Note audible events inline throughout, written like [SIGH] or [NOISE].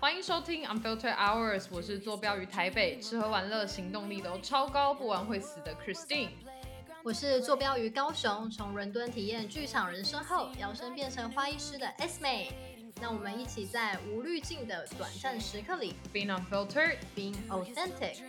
欢迎收听 Unfiltered Hours，我是坐标于台北，吃喝玩乐行动力都超高，不玩会死的 Christine。我是坐标于高雄，从伦敦体验剧场人生后，摇身变成花艺师的 S 妹。那我们一起在无滤镜的短暂时刻里 Being Unfiltered， ，being authentic。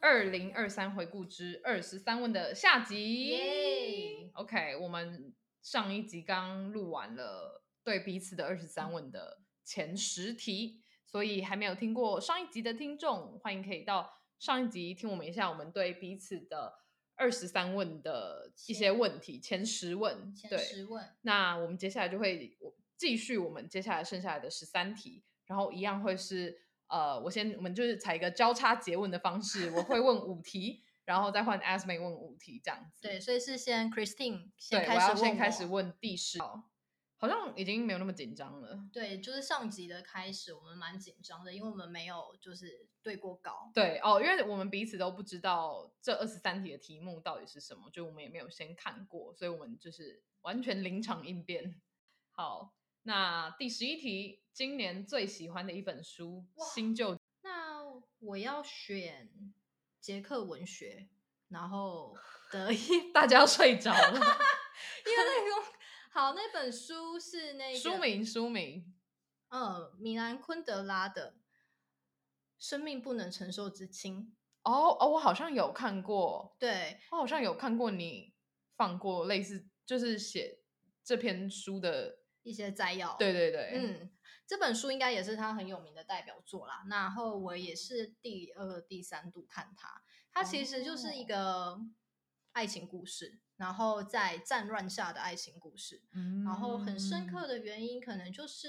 二零二三回顾之二十三问的下集。耶 OK，我们上一集刚录完了对彼此的二十三问的前十题，所以还没有听过上一集的听众，欢迎可以到上一集听我们一下我们对彼此的二十三问的一些前问题，前十问。前对，十问，那我们接下来就会我继续我们接下来剩下来的十三题，然后一样会是呃，我先我们就是采一个交叉诘问的方式，我会问五题，然后再换 Asmay 问五题这样子。对，所以是先 Christine 先对，我开要始先问开我始问第十道，好像已经没有那么紧张了。对，就是上集的开始，我们蛮紧张的，因为我们没有就是对过稿。对哦，因为我们彼此都不知道这二十三题的题目到底是什么，就我们也没有先看过，所以我们就是完全临场应变。好，那第十一题，今年最喜欢的一本书，新旧那我要选捷克文学，然后德意 [LAUGHS] 大家要睡着 [LAUGHS] 了。因为那个 [LAUGHS] 好，那本书是那个书，名，书名，嗯，米兰昆德拉的《生命不能承受之轻哦哦，我好像有看过》。，对，我好像有看过你放过类似，就是写这篇书的，一些摘要。对，对对，，嗯，这本书应该也是他很有名的代表作啦。然后我也是第二、第三度看它，它其实就是一个爱情故事，然后在战乱下的爱情故事。嗯然后很深刻的，的原因，可能就是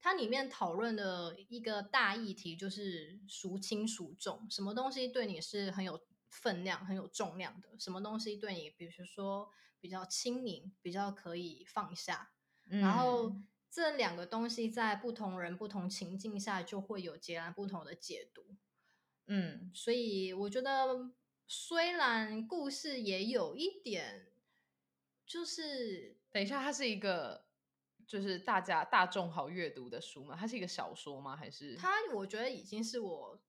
它里面讨论的一个大议题，就是孰轻孰重，什么东西对你是很有分量、很有重量的，什么东西对你，比如说比较轻盈，比较可以放下。然后嗯这两个东西在不同人、不同情境下就会有截然不同的解读。嗯所以我觉得，虽然故事也有一点，就是等一下，它是一个就是大家大众好阅读的书吗？它是一个小说吗？还是它，我觉得已经是我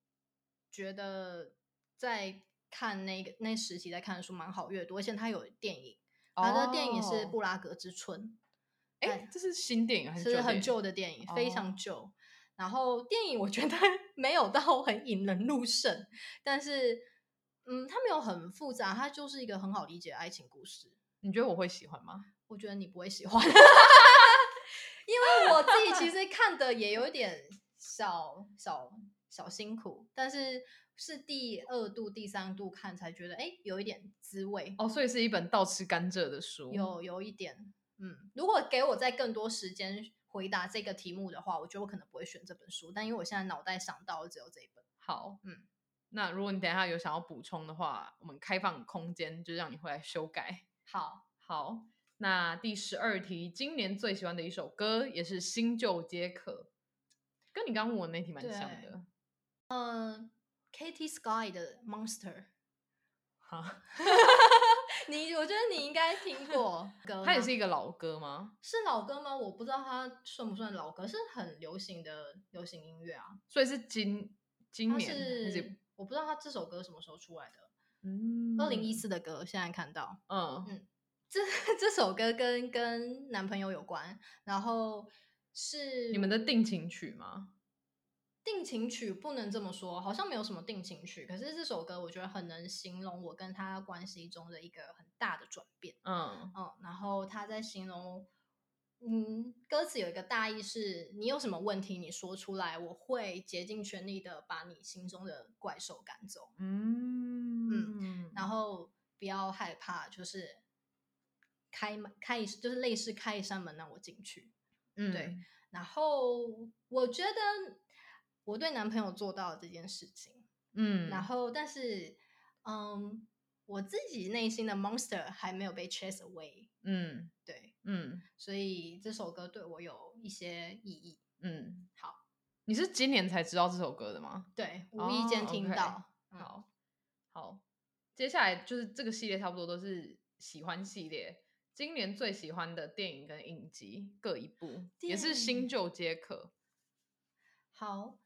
觉得在看那个那时期在看的书蛮好阅读，而且它有电影，它的电影是《哦布拉格之春哎、哎这是新电影还》，是很旧旧的电影，非哦常旧。然后电影我觉得 [LAUGHS] 没有到很引人入胜，但是嗯，它没有很复杂，它就是一个很好理解的爱情故事。电影？你觉得我会喜欢吗？我觉得你不会喜欢，因 [LAUGHS] 为我自己其实看的也有一点小小小辛苦，但是是第二度、第三度看才觉得，哎，有一点滋味，哦，所以是一本倒吃甘蔗的书，有有一点，嗯，如果给我再更多时间回答这个题目的话，我觉得我可能不会选这本书，但因为我现在脑袋想到的只有这一本。好，嗯，那如果你等一下有想要补充的话，我们开放空间，就让你回来修改。好，好，那第十二题，今年最喜欢的一首歌也是新旧皆可，跟你刚问我那题蛮像对的。嗯、k a t i e Sky 的 Monster，哈，你我觉得你应该听 [LAUGHS] 过歌，它也是一个老歌吗？是老歌吗？我不知道它算不算老歌，是很流行的流行音乐啊。所以是今今它年还是我不知道它这首歌什么时候出来的，嗯二零一四的歌，现在看到 [LAUGHS] 嗯这这首歌跟跟男朋友有关，然后是你们的定情曲吗？定情曲不能这么说，好像没有什么定情曲，可是这首歌我觉得很能形容我跟他关系中的一个很大的转变。嗯嗯，然后他在形容，嗯，歌词有一个大意是，你有什么问题你说出来，我会竭尽全力的把你心中的怪兽赶走，嗯然后不要害怕，就是开门开一就是类似开一扇门让我进去。嗯对然后我觉得我对男朋友做到了这件事情，嗯，然后但是嗯，我自己内心的 monster 还没有被 chase away，嗯对。嗯所以这首歌对我有一些意义。嗯，好，你是今年才知道这首歌的吗？对，无意间哦听，OK 到，嗯好，好，接下来就是这个系列差不多都是喜欢系列。今年最喜欢的电影跟影集各一部，也是电新影旧皆可。好，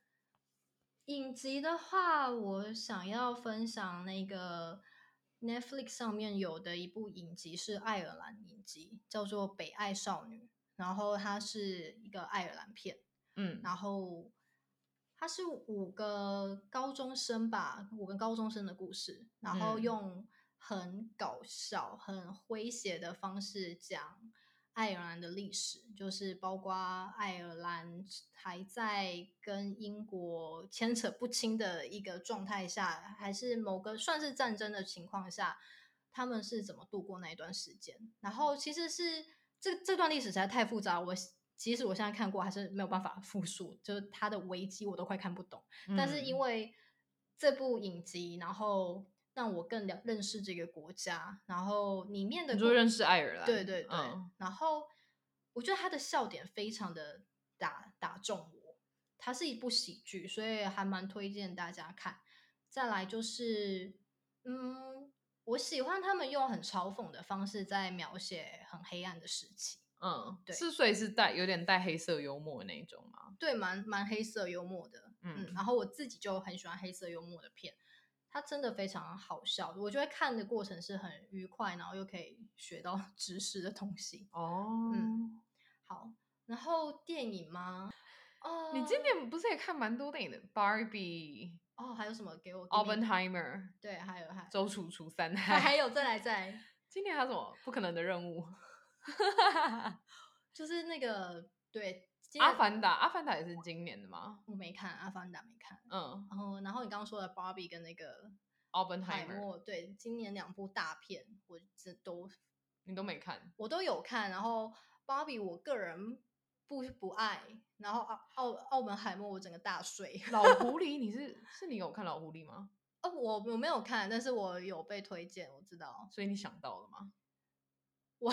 影集的话，我想要分享那个 Netflix 上面有的一部影集是爱尔兰影集，叫做《北爱少女》，然后它是一个爱尔兰片，嗯然后它是五个高中生吧，五个高中生的故事，然后嗯用很搞笑、很诙谐的方式讲爱尔兰的历史，就是包括爱尔兰还在跟英国牵扯不清的一个状态下，还是某个算是战争的情况下，他们是怎么度过那一段时间。然后其实是这这段历史实在太复杂，我即使我现在看过，还是没有办法复述，就是它的危机我都快看不懂。但是因为为这部影集，然后让我更了认识这个国家，然后里面的你就故认识爱尔兰，对对对，嗯然后我觉得他的笑点非常的打打中我，它是一部喜剧，所以还蛮推荐大家看。再来就是，嗯，我喜欢他们用很嘲讽的方式在描写很黑暗的时期，嗯，对是所以是带有点带黑色幽默那一种嘛，对，蛮蛮黑色幽默的，嗯，嗯然后我自己就很喜欢黑色幽默的片，它真的非常好笑，我觉得看的过程是很愉快，然后又可以学到 [LAUGHS] 知识的东西。哦嗯好，然后电影吗？哦，你今年不是也看蛮多电影的，Barbie、哦，还有什么给我 Oppenheimer、对，还有还周楚除三还还害，有再来再来，今年还有什么不可能的任务？就是那个对，今阿天凡达，阿凡达也是今年的吗？我没看，阿凡达没看，嗯然后然后你刚刚说的 Barbie 跟那个海，Oppenheimer 默，对，今年两部大片我这都你都没 [LAUGHS] 看，我都有看，然后 Barbie 我个人不不爱，然后奥奥奥本海默我整个大睡。 [LAUGHS] 老狐狸你是是你有看老狐狸吗？哦，我我没有看，但是我有被推荐，我知道。 [LAUGHS] 所以你想到了吗？我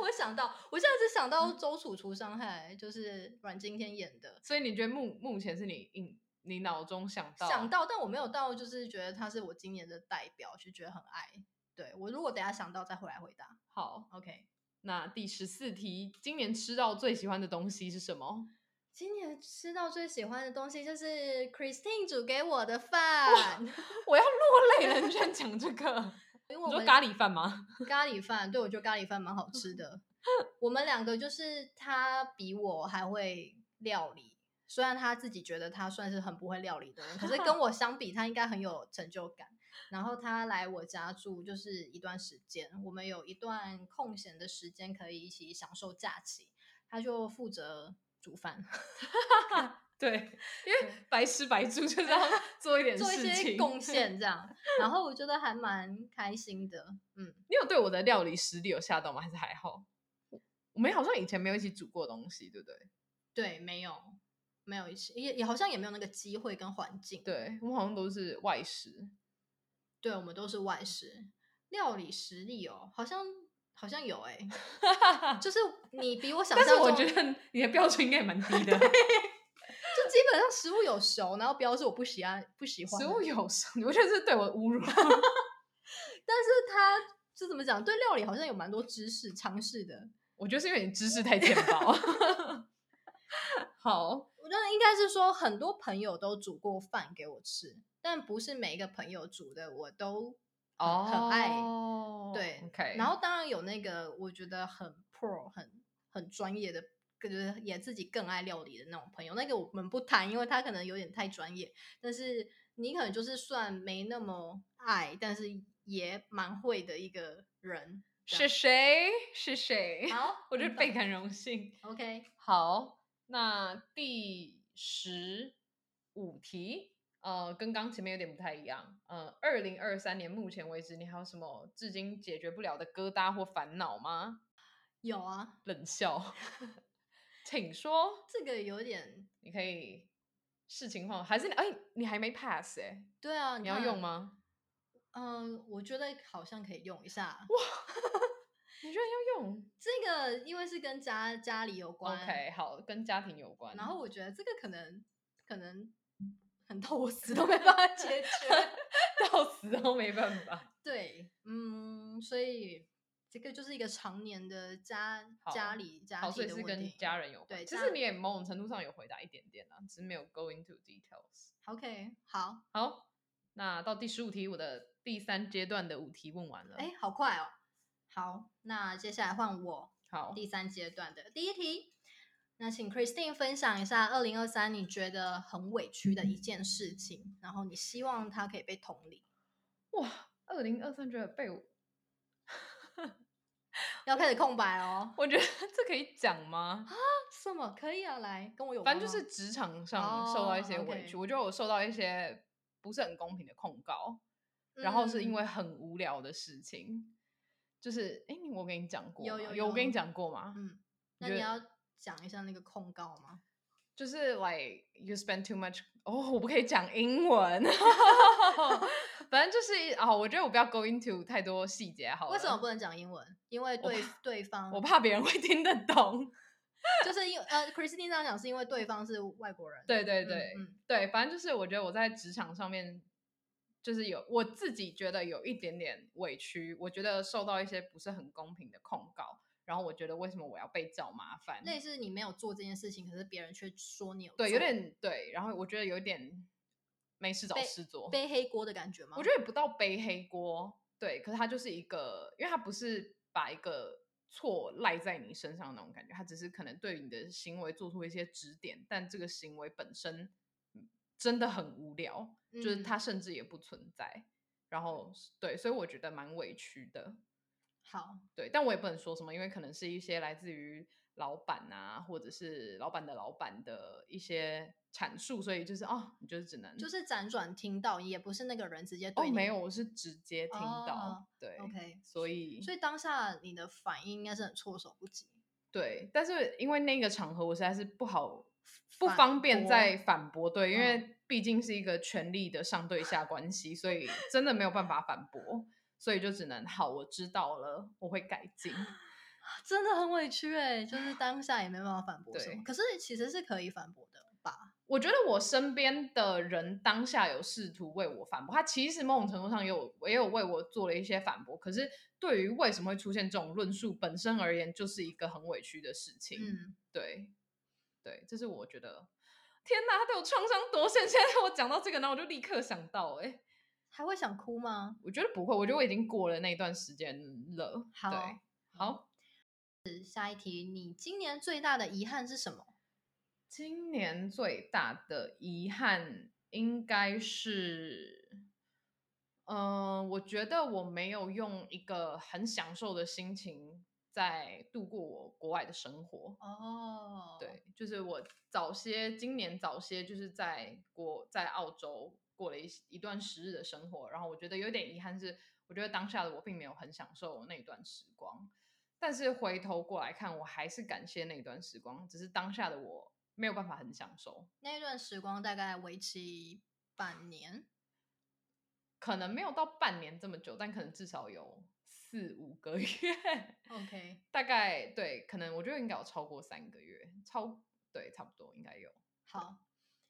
我想到，我现在只想到周楚除伤害，就是阮经天演的，所以你觉得目目前是你印你脑中想到想到，但我没有到，就是觉得他是我今年的代表，就觉得很爱。对我如果等一下想到再回来回答好， ，OK。那第十四题，今年吃到最喜欢的东西是什么？ [LAUGHS] 今年吃到最喜欢的东西就是 Christine 煮给我的饭，我 [LAUGHS] 要落泪了，你居然讲这个？因为我你说们咖喱饭吗？ [LAUGHS] 咖喱饭，对我觉得咖喱饭蛮嗯好吃的。我们两个就是他比我还会料理，虽然他自己觉得他算是很不会料理的人，可是 [LAUGHS] 跟我相比，他应该很有成就感。然后他来我家住就是一段时间，我们有一段空闲的时间可以一起享受假期，他就负责煮饭，对，因为白吃白住就是 [LAUGHS] 要做一点做一事些情贡献这样。然后我觉得还蛮开心的，嗯， [LAUGHS] 你有对我的料理实力有吓到吗？还是还好？我们好像以前没有一起煮过东西，对不对？对，没有没有一起，也也好像也没有那个机会跟环境。对，我们好像都是外食。对，我们都是外食。料理实力哦，好像好像有 [LAUGHS] 哎、就是你比我想但象是中，我觉得你的标准应该也蛮低的，就基本上食物有熟，然后标是我不喜欢不喜欢食的，物有伤，我觉得是对我的侮辱。 [LAUGHS] 但是他就怎么讲，对料理好像有蛮多知识尝试的。我觉得是因为你知识太浅薄。 [LAUGHS] 好，我觉得应该是说很多朋友都煮过饭给我吃，但不是每一个朋友煮的我都很哦，很爱对，OK，然后当然有那个我觉得很 pro 很很专业的，就是也自己更爱料理的那种朋友，那个我们不谈，因为他可能有点太专业。但是你可能就是算没那么爱，但是也蛮会的一个人。是谁？是谁？好，我觉明得白倍感荣幸。 OK。好，那第十五题，呃，跟刚前面有点不太一样。呃，二零二三年目前为止，你还有什么至今解决不了的疙瘩或烦恼吗？有啊，冷 [LAUGHS] 笑，请说。这个有点你可以视情况，还是你哎，你还没 pass 哎、对啊，你要看用？吗？嗯、我觉得好像可以用一下。你居然要用这个因为是跟家家里有关？OK，好，跟家庭有关。[LAUGHS] 然后我觉得这个可能可能很到我死都没办法解决。 [LAUGHS] 到死都没办法。对，嗯，所以这个就是一个常年的家好家里 [LAUGHS] 家好，所庭以的是问跟题。家人有关。对其家实你也某种程度上有回答一点点啦，只是没有 go into details。 OK，好，好，那到第十五题，我的第三阶段的五题问完了。哎，好快哦。好，那接下来换我好，第三阶段的第一题。那请 Christine 分享一下，二零二三你觉得很委屈的一件事情，然后你希望它可以被同理。二零二三觉得被我， [LAUGHS] 要开始空白哦。 [LAUGHS] 我觉得这可以讲吗？什么可以啊？来跟我有关哦反吗，正就是职场上受到一些哦委，OK 屈，我觉得我受到一些不是很公平的控告，然后是因为嗯很无聊的事情，就是哎，你我跟你讲过有吗有有我跟你有讲过吗？嗯，你那觉你得要讲一下那个控告吗？就是 like you spend too much。哦，我不可以讲英文， [LAUGHS] 反正就是啊、我觉得我不要 go into 太多细节好了。啊为什么不能讲英文？因为对对方，我怕别人会听得懂。就是因呃，Christine 这样讲是因为对方是外国人，对对嗯对、嗯对，反正就是我觉得我在职场上面，就是有我自己觉得有一点点委屈，我觉得受到一些不是很公平的控告，然后我觉得为什么我要被找麻烦？嗯类似你没有做这件事情，可是别人却说你有对，有做点对，然后我觉得有点没事找被事做，背黑锅的感觉吗？我觉得也不到背黑锅，对，可是他就是一个，因为他不是把一个错赖在你身上那种感觉，他只是可能对你的行为做出一些指点，但这个行为本身嗯真的很无聊，就是嗯它甚至也不存在。然后对，所以我觉得蛮委屈的，好，对，但我也不能说什么，因为可能是一些来自于老板啊，或者是老板的老板的一些阐述，所以就是哦，你就是只能就是辗转听到，也不是那个人直接哦，对你没有，我是直接听到，哦对 OK，所以所以当下你的反应应该是很措手不及，对，但是因为那个场合，我实在是不好不反方便驳再反驳，对，因嗯为毕竟是一个权力的上对下关系，所以真的没有办法反驳，所以就只能好，我知道了，我会改进。真的很委屈哎、就是当下也没办法反驳什对么，可是其实是可以反驳的吧？我觉得我身边的人当下有试图为我反驳，他其实某种程度上也有也有为我做了一些反驳，可是对于为什么会出现这种论述本身而言，就是一个很委屈的事情。嗯，对，对，这是我觉得，天哪，他对我创伤多深！现在我讲到这个，然后我就立刻想到、欸，哎，还会想哭吗？我觉得不会，我觉得我已经过了那段时间了。好对，好，下一题，你今年最大的遗憾是什么？今年最大的遗憾应该是，嗯，我觉得我没有用一个很享受的心情在度过我国外的生活。哦，对，就是我早些今年早些就是在国在澳洲过了一一段时日的生活，然后我觉得有点遗憾是，我觉得当下的我并没有很享受那一段时光，但是回头过来看，我还是感谢那一段时光，只是当下的我没有办法很享受，那一段时光大概为期半年，可能没有到半年这么久，但可能至少有四五个月 [LAUGHS] OK 大概对，可能我觉得应该有超过三个月，超对，差不多应该有。好，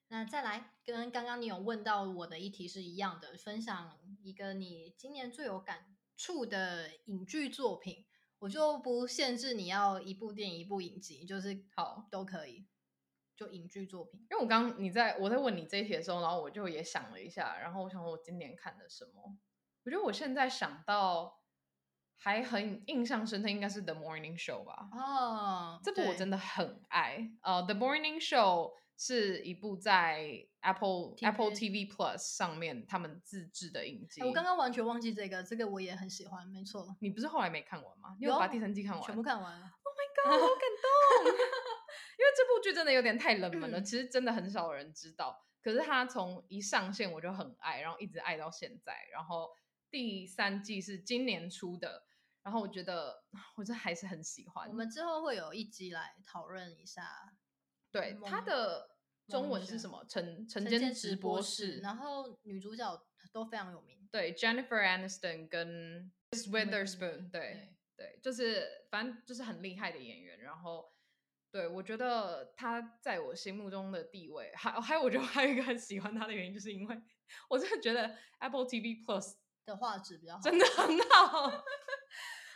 那再来跟刚刚你有问到我的议题是一样的，分享一个你今年最有感触的影剧作品，我就不限制你要一部电影一部影集，就是好都可以，就影剧作品。因为我刚你在我在问你这一题的时候，然后我就也想了一下，然后我想说我今年看了什么？我觉得我现在想到还很印象深刻，应该是《The Morning Show》吧。哦，这部我对真的很爱。呃，《The Morning Show》是一部在 Apple TV Apple TV Plus 上面他们自制的影集。哎我刚刚完全忘记这个，这个我也很喜欢，没错，你不是后来没看完吗？你有把有啊第三季看完？全部看完了。 Oh my [LAUGHS] god，好感动！ [LAUGHS] 因为这部剧真的有点太冷门了，嗯其实真的很少人知道。可是它从一上线我就很爱，然后一直爱到现在。然后第三季是今年出的，然后我觉得我这还是很喜欢。我们之后会有一集来讨论一下对它蒙的中蒙文一是下什么？晨晨晨间间直直播播室，然后女主角都非常有名。对 Jennifer Aniston 跟 Reese Witherspoon，对。对，对，就是反正就是很厉害的演员。然后，对我觉得他在我心目中的地位，还还有我觉得还有一个很喜欢他的原因，就是因为哦我真的觉得 Apple TV Plus 的画质比较好，真的很好。 [LAUGHS]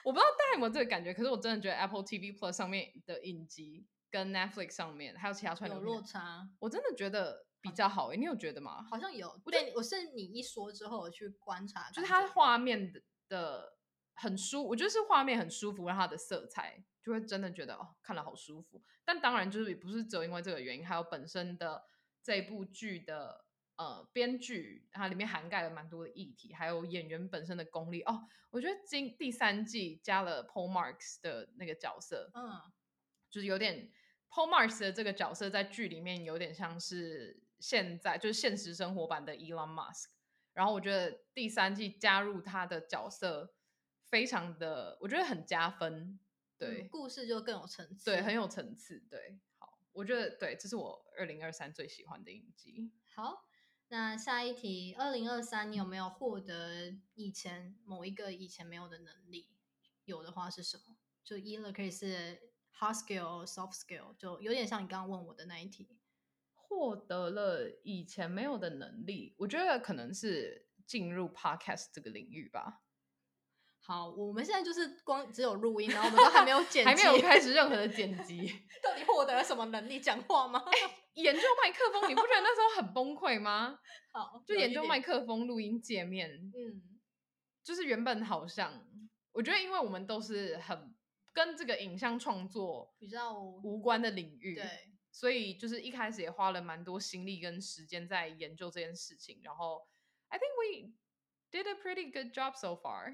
我不知道大家有没有这个感觉，可是我真的觉得 Apple TV Plus 上面的影集跟 Netflix 上面还有其他串流有平落台，差，我真的觉得比较好、欸。你有觉得吗？好像有。我觉对，我是你一说之后，我去观察感觉，就是它画面的的很舒，我觉得是画面很舒服，然后它的色彩就会真的觉得哦，看了好舒服。但当然就是也不是只有因为这个原因，还有本身的这部剧的呃编剧，它里面涵盖了蛮多的议题，还有演员本身的功力哦。我觉得今第三季加了 Paul Marks 的那个角色，嗯，就是有点 Paul Mars 的这个角色在剧里面有点像是现在就是现实生活版的 Elon Musk。然后我觉得第三季加入他的角色，非常的我觉得很加分，对、嗯故事就更有层次，对，很有层次，对，好，我觉得对，这是我二零二三最喜欢的影集。好。那下一题，二零二三，你有没有获得以前某一个以前没有的能力？有的话是什么？就一了可以是 hard skill、soft skill，就有点像你刚刚问我的那一题。获得了以前没有的能力，我觉得可能是进入 podcast 这个领域吧，好，我们现在就是光只有录音，然后我们都还没有 [LAUGHS] 剪辑，还没有开始任何的剪辑。到底获得了什么能力？讲话吗？哎研究麦克风，你不觉得那时候很崩溃吗？ [LAUGHS] 好，就有研一究点麦，克风录音界面，嗯，就是原本好像，我觉得因为我们都是很跟这个影像创作比较无关的领域，对，所以就是一开始也花了蛮多心力跟时间在研究这件事情，然后 I think we did a pretty good job so far，、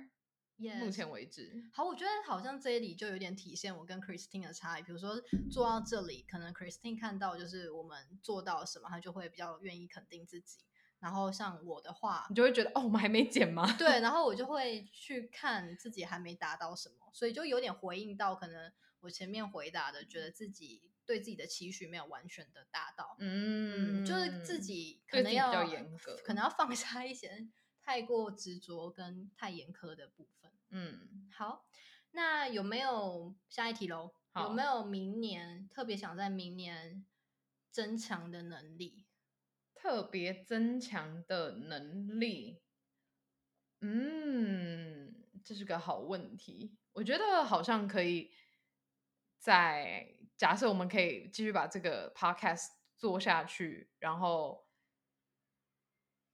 目 yes 前为止，好，我觉得好像这里就有点体现我跟 Christine 的差异。比如说做到这里，可能 Christine 看到就是我们做到什么，她就会比较愿意肯定自己。然后像我的话你，就会觉得哦，我们还没剪吗？对，然后我就会去看自己还没达到什么，所以就有点回应到可能我前面回答的，觉得自己对自己的期许没有完全的达到。嗯，就是自己对可能自己比较要严格可能要放 [LAUGHS] 下一些太过执着跟太严苛的部分。嗯，好，那有没有下一题喽？有好没有明年特别想在明年增强的能力？特别增强的能力？嗯，这是个好问题。我觉得好像可以在假设我们可以继续把这个 podcast 做下去，然后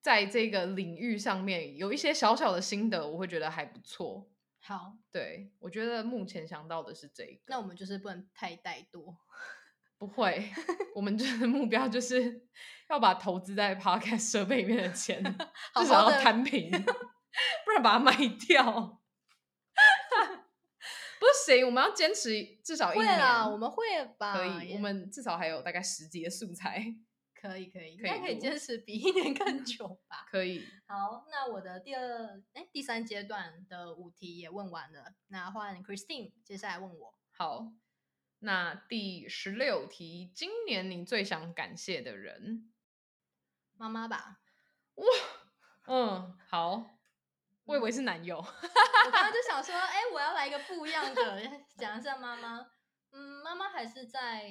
在这个领域上面有一些小小的心得，我会觉得还不错。好，对，我觉得目前想到的是这个。那我们就是不能太怠惰。不会，我们就是 [LAUGHS] 目标就是要把投资在 podcast 设备里面的钱 [LAUGHS] 好至少好要地摊平，不然把它卖掉。 [LAUGHS] 不行，我们要坚持至少一会年。啦，我们会吧？可以，也我们至少还有大概十集的素材，可以可以，应可以该可以录坚持比一 [LAUGHS] 年 [LAUGHS] 更久吧。可以。好，那我的第二哎第三阶段的五题也问完了，那换 Christine 接下来问我。好，那第十六题，今年你最想感谢的人？妈妈吧，嗯，好，我以为是男友。我刚刚就想说，哎、我要来一个不一样的，讲一下妈妈。嗯，妈妈还是在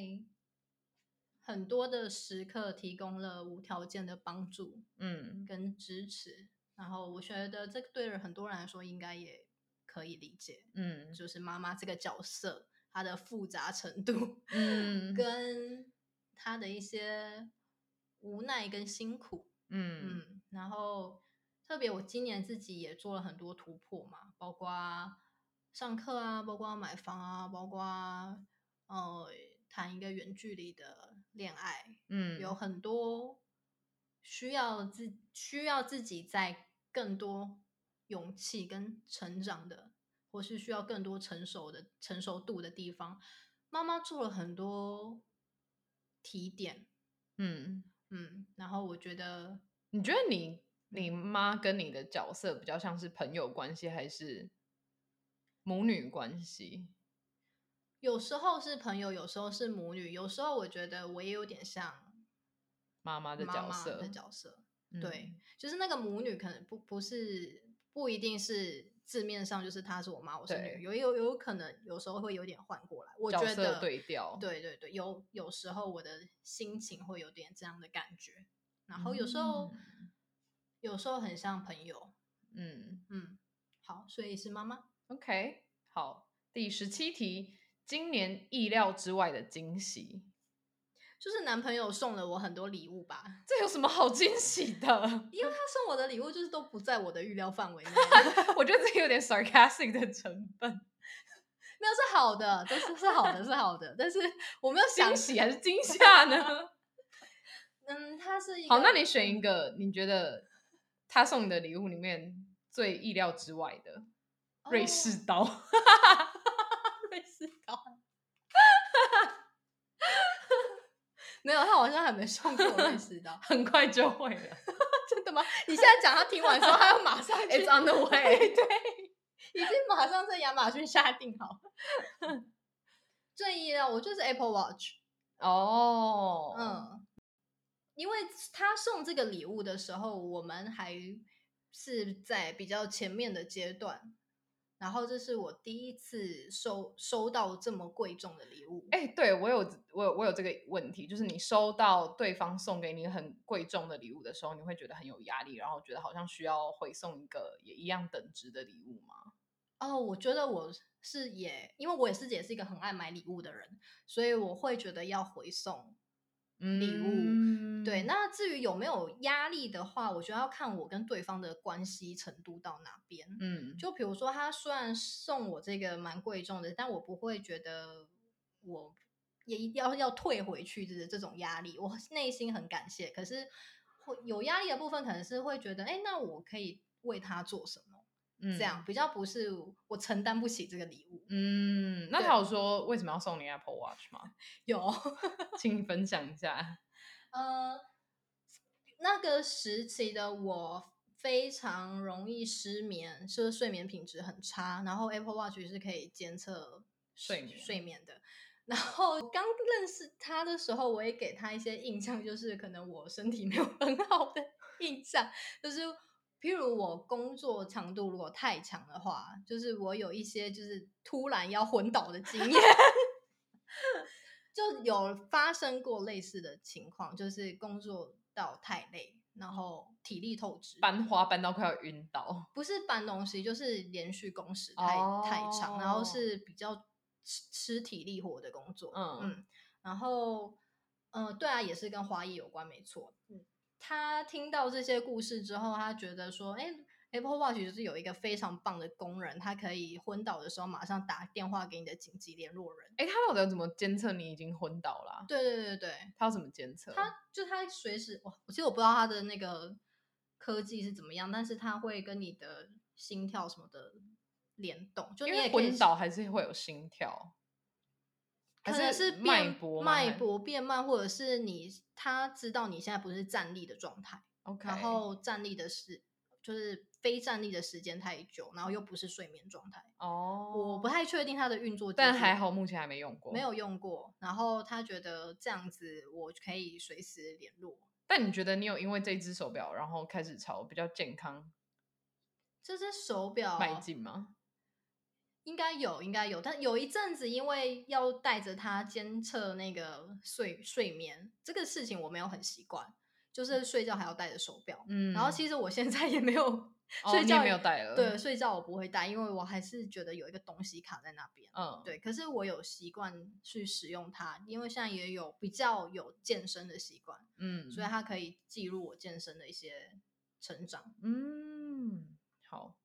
很多的时刻提供了无条件的帮助嗯，跟支持，然后我觉得这个对很多人来说应该也可以理解，嗯就是妈妈这个角色她的复杂程度， [LAUGHS] 嗯跟她的一些无奈跟辛苦，嗯嗯，然后特别我今年自己也做了很多突破嘛，包括上课啊，包括买房啊，包括呃谈一个远距离的恋爱，嗯，有很多需要自需要自己在更多勇气跟成长的，或是需要更多成熟的成熟度的地方，妈妈做了很多提点，嗯。嗯，然后我觉得。你觉得你你妈跟你的角色比较像是朋友关系，还是母女关系？有时候是朋友，有时候是母女，有时候我觉得我也有点像妈妈的妈角妈色，的角色，嗯对，就是那个母女可能不不是不一定是字面上就是她是我妈，我是对女，有有有可能有时候会有点换过来，我觉角得色对调，，对对对，有有时候我的心情会有点这样的感觉，然后有时候、有时候很像朋友，嗯嗯，好，所以是妈妈。 ，OK，好，第十七题，今年意料之外的惊喜，就是男朋友送了我很多礼物吧，这有什么好惊喜的？ [LAUGHS] 因为他送我的礼物就是都不在我的预料范围内，我觉得这有点 sarcastic 的成分， [LAUGHS] 没有是好的，都是是好的，是好的，但是我没有想惊，喜还是惊吓呢？ [LAUGHS] 嗯，他是一个好，那你选一个，你觉得他送你的礼物里面最意料之外的？瑞哦士 [LAUGHS] 刀，，瑞士刀。 [LAUGHS] 没有，他好像还没送过瑞士 [LAUGHS] 刀很快就会了。真的吗？你现在讲，他听完之后，他要马上去 [LAUGHS] It's on the way [LAUGHS] 对， [LAUGHS] 已经马上在亚马逊下定好了。 [LAUGHS] 最意料，我就是 Apple Watch，哦，，嗯，因为他送这个礼物的时候，我们还是在比较前面的阶段，然后这是我第一次收收到这么贵重的礼物，哎、对我有我有我有这个问题，就是你收到对方送给你很贵重的礼物的时候，你会觉得很有压力，然后觉得好像需要回送一个也一样等值的礼物吗？哦，我觉得我是也，因为我也是也是一个很爱买礼物的人，所以我会觉得要回送。礼物物对，那至于有没有压力的话，我觉得要看我跟对方的关系程度到哪边。嗯，就比如说，他虽然送我这个蛮贵重的，但我不会觉得我也一定要要退回去的这种压力，我内心很感谢。可是会有压力的部分，可能是会觉得，哎，那我可以为他做什么？嗯这样比较不是我承担不起这个礼物。嗯，那对他有说为什么要送你 Apple Watch 吗？ [LAUGHS] 有，请你分享一下。呃，那个时期的我非常容易失眠，就是睡眠品质很差。然后 Apple Watch 是可以监测睡眠睡眠的。然后刚认识他的时候，我也给他一些印象，就是可能我身体没有很好的印象，就是譬如我工作强度如果太强的话，就是我有一些就是突然要昏倒的经验，就有发生过类似的情况，就是工作到太累，然后体力透支，搬花搬到快要晕倒，不是搬东西，就是连续工时太、太长，然后哦是比较吃吃体力活的工作。嗯嗯，然后呃，对啊，也是跟花艺有关，没错。嗯，他听到这些故事之后，他觉得说，哎、a p p l e Watch 就是有一个非常棒的功能，他可以昏倒的时候马上打电话给你的紧急联络人。哎、他到底要怎么监测你已经昏倒啦、对对对对，他要怎么监测？他就他随时，哇，我其实我不知道他的那个科技是怎么样，但是他会跟你的心跳什么的联动，就因你为也可以昏倒还是会有心跳，还可能是变脉搏吗脉搏变慢，或者是你他知道你现在不是站立的状态， ，OK，然后站立的时就是非站立的时间太久，然后又不是睡眠状态，哦，我不，太确定它的运作机制，但还好哦目前还没用过，没。有用过。然后他觉得这样子我可以随时联络，但你觉得你有因为这只手表，然后开始朝比较健康这只手表迈进吗？应该有，应该有，但有一阵子因为要带着它监测那个睡睡眠这个事情，我没有很习惯，就是睡觉还要带着手表。嗯，然后其实我现在也 [LAUGHS] 没有哦睡你觉也没也有戴了，对，睡觉我不会戴，因为我还是觉得有一个东西卡在那边。嗯，，对，可是我有习惯去使用它，因为现在也有比较有健身的习惯，嗯，所以它可以记录我健身的一些成长。嗯，好，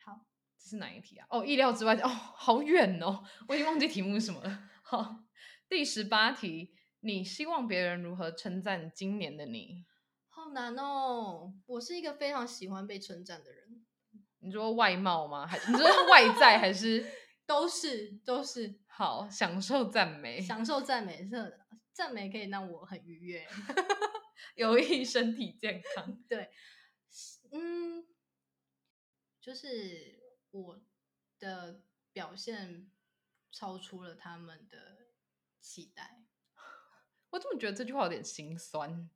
好，这是哪一题啊？哦，意料之外的，哦，好远哦，我已经忘记题目是什么了。好，第十八题，你希望别人如何称赞今年的你？好难哦，我是一个非常喜欢被称赞的人，你说外貌吗？还你说是外在还是都是都是好享受赞美？享受赞美，是赞美可以让我很愉悦。有益身体健康。 [LAUGHS] 对，嗯，就是我的表现超出了他们的期待。我怎么觉得这句话有点心酸？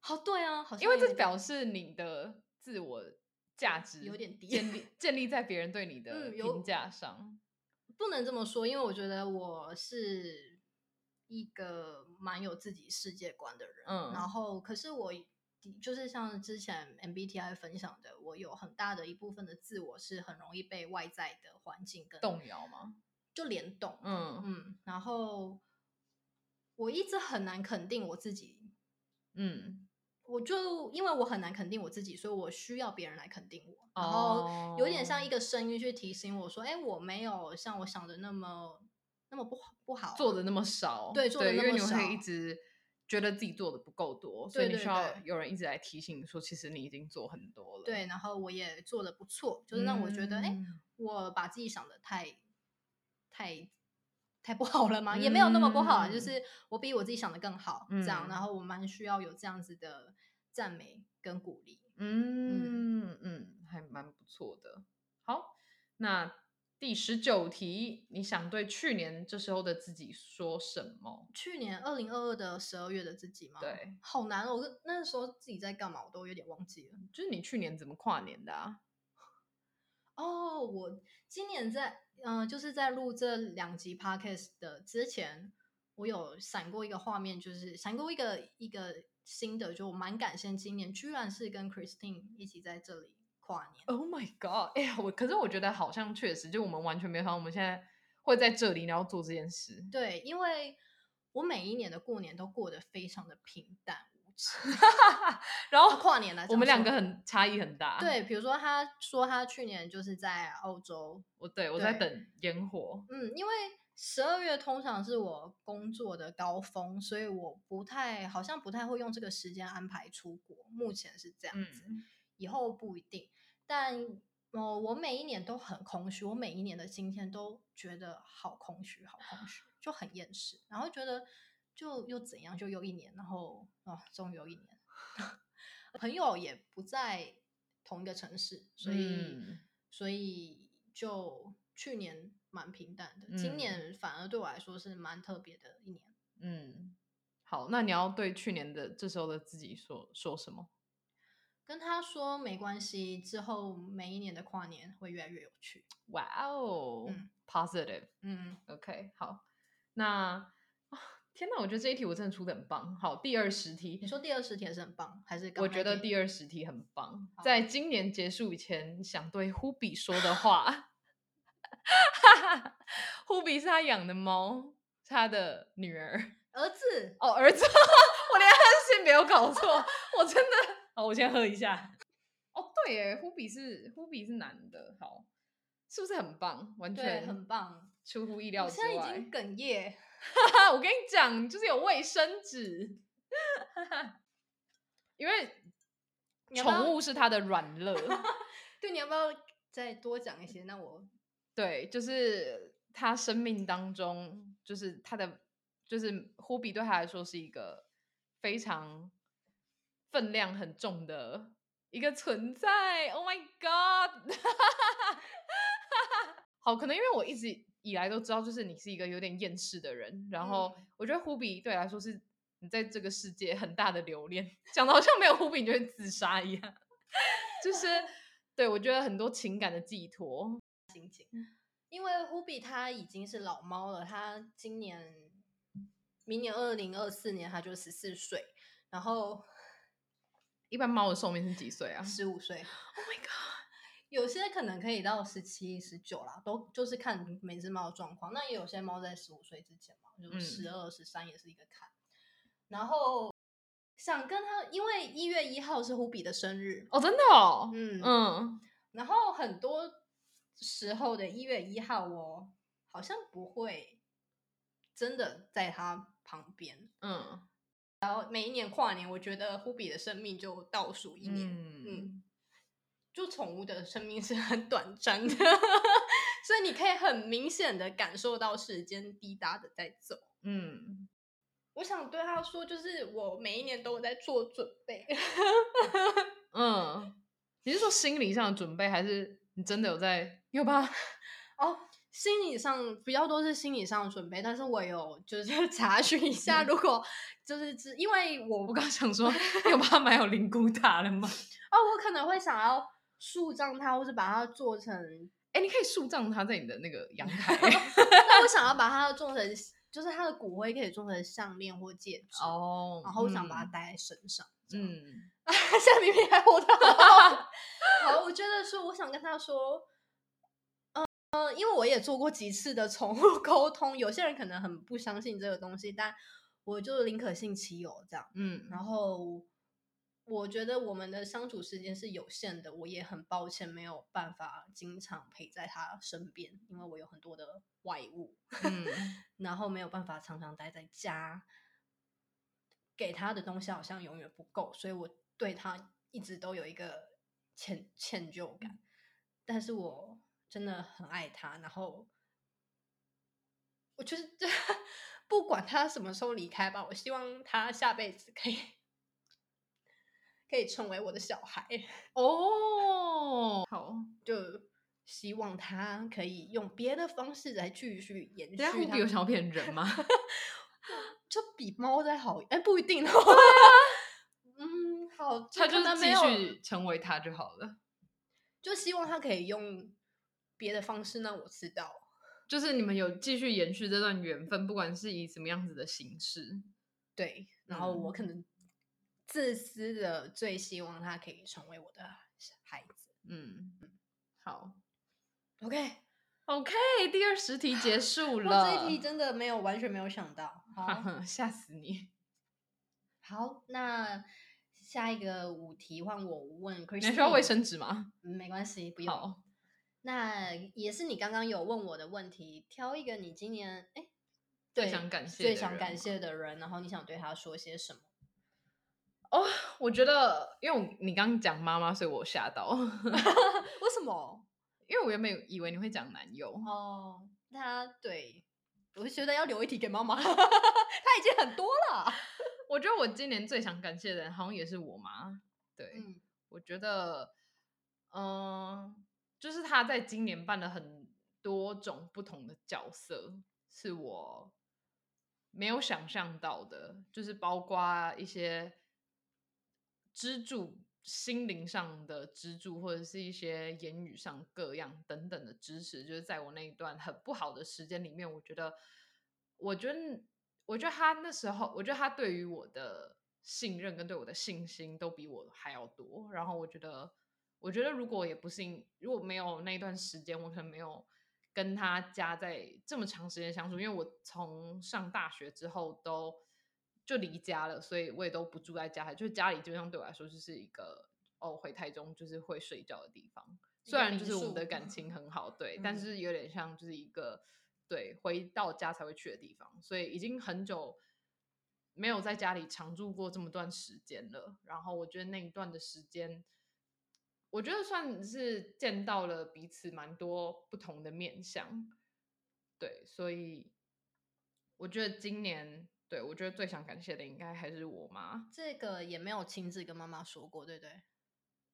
好，对啊，好像因为有这点表示你的自我价值有点低建 [LAUGHS] 立建立在别人对你的嗯有评价上。不能这么说，因为我觉得我是一个蛮有自己世界观的人。嗯然后可是我就是像之前 MBTI 分享的，我有很大的一部分的自我是很容易被外在的环境跟动摇吗？就联动，嗯嗯，然后我一直很难肯定我自己，嗯，我就因为我很难肯定我自己，所以我需要别人来肯定我，然后有点像一哦个声音去提醒我说，哎，我没有像我想的那么那么不好不好啊，做的那么少，对做得那因为么你会少一直觉得自己做的不够多，所以你对对需要对有人一直来提醒你说，其实你已经做很多了。对，，然后我也做的不错，就是让我觉得，哎、嗯我把自己想的太太太不好了吗？也没有那么不好啊，就嗯是我比我自己想的更好，这样，然嗯后我蛮需要有这样子的赞美跟鼓励。嗯嗯，还蛮不错的。好，那第十九题，你想对去年这时候的自己说什么？去年二零二二的十二月的自己吗？，对，好难哦，我跟那时候自己在干嘛，我都有点忘记了。就是你去年怎么跨年的啊？哦，我今年在嗯、呃就是在录这两集 podcast 的之前，我有闪过一个画面，就是闪过一个一个新的，就我蛮感谢今年居然是跟 Christine 一起在这里跨年。 Oh my god！哎呀，我可是我觉得好像确实，就我们完全没有想到我们现在会在这里，然后做这件事。对，因为我每一年的过年都过得非常的平淡无奇，然哦，后跨年来我讲们两说个很差异很大。，对，比如说他说他去年就是在欧洲，我对我在对等烟火。嗯，因为十二月通常是我工作的高峰，所以我不太好像不太会用这个时间安排出国，目前是这样子，嗯以后不一定。但呃，我每一年都很空虚，我每一年的今天都觉得好空虚，好空虚，就很厌世，然后觉得就又怎样，就又一年，然后哦，终于又一年， [LAUGHS] 朋友也不在同一个城市，所以、嗯所以就去年蛮平淡的，今嗯年反而对我来说是蛮特别的一年。嗯，好，那你要对去年的这时候的自己说说什么？跟他说没关系，之后每一年的跨年会越来越有趣。哇哦、嗯 p o s i t i v e 嗯， OK，好，那啊天哪，我觉得这一题我真的出的很棒。好，第二十题，你说第二十题是很棒，还是刚我那觉得题第二十题很棒。好在今年结束以前，想对忽比说的话，忽比是他养的猫，是他的女儿儿子哦，儿子，我连他的性别有搞错，我真的。好，我先喝一下。哦，对耶，忽比是忽比是男的，好，是不是很棒？完对全很棒，出乎意料我之现在外。已经哽咽。哈哈， [LAUGHS] 我跟你讲，就是有卫生纸， [LAUGHS] 因为你要不要宠物是它的软肋，对，你要不要再多讲一些？那我对，就是它生命当中，就是它的，就是呼比对它来说是一个非常分量很重的一个存在。Oh my god！好，可能因为我一直以来都知道，就是你是一个有点厌世的人，然后嗯我觉得忽比对你来说是你在这个世界很大的留恋，讲的好像没有忽比你就会自杀一样， [LAUGHS] 就是对我觉得很多情感的寄托，因为忽比他已经是老猫了，他今年明年二零二四年他就十四岁，然后一般猫的寿命是几 [LAUGHS] 岁啊？十五岁。Oh my god！有些可能可以到十七、十九啦，都就是看每只猫的状况。那也有些猫在十五岁之前嘛，就嗯十二、十三也是一个坎。然后想跟他，因为一月一号是忽比的生日，哦，真的哦，嗯嗯然后很多时候的一月一号，我好像不会真的在他旁边。嗯然后每一年跨年，我觉得忽比的生命就倒数一年，嗯就宠物的生命是很短暂的， [LAUGHS] 所以你可以很明显的感受到时间滴答的在走。嗯，我想对他说，就是我每一年都有在做准备，嗯，你是说心理上的准备，还是你真的有在？有吧？哦，心理上比较多是心理上的准备，但是我有就是 [LAUGHS] 查询一下，如果就是只因为我我刚想 [LAUGHS] 说，你有帮他买有灵骨塔了吗？哦，我可能会想要树葬它，或是把它做成， [LAUGHS] 哎、你可以树葬它在你的那个阳台。那我想要把它做成就是他的骨灰可以做成项链或戒指，哦然后我想把它戴在身上。这样，嗯，现在明明还活得好好的 [LAUGHS] 好，我觉得是我想跟他说，呃呃，因为我也做过几次的宠物沟通，有些人可能很不相信这个东西，但我就宁可信其有这样。嗯嗯，然后我觉得我们的相处时间是有限的，我也很抱歉没有办法经常陪在他身边，因为我有很多的外务，嗯然后没有办法常常待在家，给他的东西好像永远不够，所以我对他一直都有一个歉歉疚感。但是我真的很爱他，然后我就是 [LAUGHS] 不管他什么时候离开吧，我希望他下辈子可以可以成为我的小孩，哦， [LAUGHS] 好，就希望他可以用别的方式来继续延人续家他。虎比有想要骗人 [LAUGHS] 吗？就比猫再好一，哎、不一定哦。嗯，好，他可啊就能是没继有，续成为他就好了。就希望它可以用别的方式让我知道。就是你们有继续延续这段缘分，不管是以什么样子的形式，对，然后嗯我可能自私的最希望它可以成为我的孩子。嗯，好 OK， ，OK，第二十题结束了，哇这一 [LAUGHS] 题真的没有完全没有想到。好，吓死你！好，那下一个五题换我问 c h r i 你 s 还需要卫生纸吗？没关系，不用。好，那也是你刚刚有问我的问题，挑一个你今年哎最对想感谢，最想感。谢的人，然后你想对他说些什么？我觉得，因为我你刚刚讲妈妈，所以我吓到， [LAUGHS] 为什么？因为我原本以为你会讲男友，哦，他对我就觉得要留一题给妈妈， [LAUGHS] 他已经很多了。我觉得我今年最想感谢的人好像也是我妈。对，嗯我觉得，嗯、就是她在今年扮了很多种不同的角色，是我没有想象到的，就是包括一些支柱。心灵上的支柱，或者是一些言语上各样等等的支持，就是在我那一段很不好的时间里面，我觉得，我觉得我觉得他那时候，我觉得他对于我的信任跟对我的信心都比我还要多。然后我觉得，我觉得如果也不是因如果没有那一段时间，我可能没有跟他家在这么长时间相处，因为我从上大学之后都就离家了，所以我也都不住在家，就是家里基本上对我来说就是一个哦，回台中就是会睡觉的地方。一虽个然民就是我们宿的感情很好，对，但嗯是有点像就是一个对回到家才会去的地方，所以已经很久没有在家里常住过这么段时间了。然后我觉得那一段的时间，我觉得算是见到了彼此蛮多不同的面相，对，所以我觉得今年。对，我觉得最想感谢的应该还是我妈。这个也没有亲自跟妈妈说过，对不对？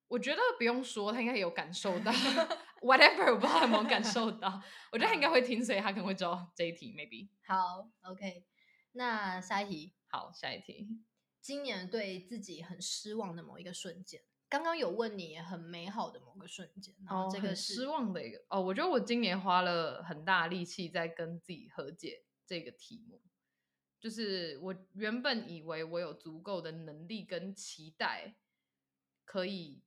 我觉得不用说，她应该有感受到 [LAUGHS] ，whatever，我不知道她有没有感受到。我觉得她应该会听，所以她可能会知道这一题，maybe。好，OK。那下一题，好，下一题。今年对自己很失望的某一个瞬间，刚刚有问你很美好的某个瞬间，然后这哦很个是失望的一个哦，我觉得我今年花了很大力气在跟自己和解这个题目，就是我原本以为我有足够的能力跟期待，可以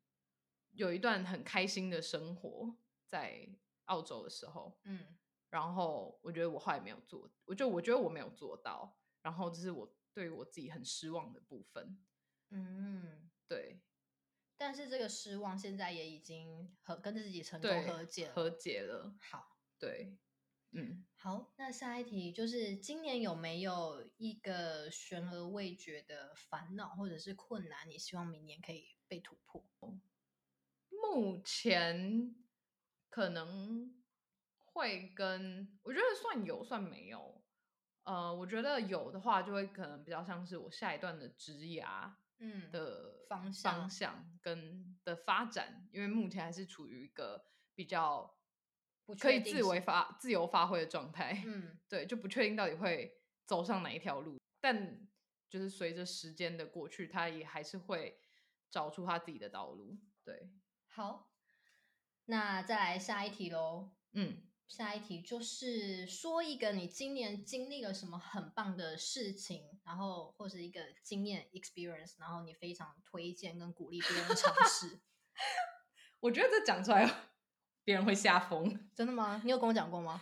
有一段很开心的生活在澳洲的时候，嗯然后我觉得我后来没有做，我就我觉得我没有做到，然后这是我对我自己很失望的部分，嗯，对，但是这个失望现在也已经和跟自己成功对，和解了。和解了，好，对，嗯。好，那下一题就是今年有没有一个悬而未决的烦恼或者是困难，你希望明年可以被突破？目前可能会跟我觉得算有算没有，呃，我觉得有的话就会可能比较像是我下一段的职涯嗯，的方向方向跟的发展，因为目前还是处于一个比较不可确以定自为性发自由发挥的状态，嗯对，就不确定到底会走上哪一条路，但就是随着时间的过去，他也还是会找出他自己的道路，对，好，那再来下一题喽。嗯。下一题就是说一个你今年经历了什么很棒的事情，然后或者一个经验 experience，然后你非常推荐跟鼓励别人尝试。我觉得这讲出来 [LAUGHS] 别人会吓疯。真的吗？你有跟我讲过吗？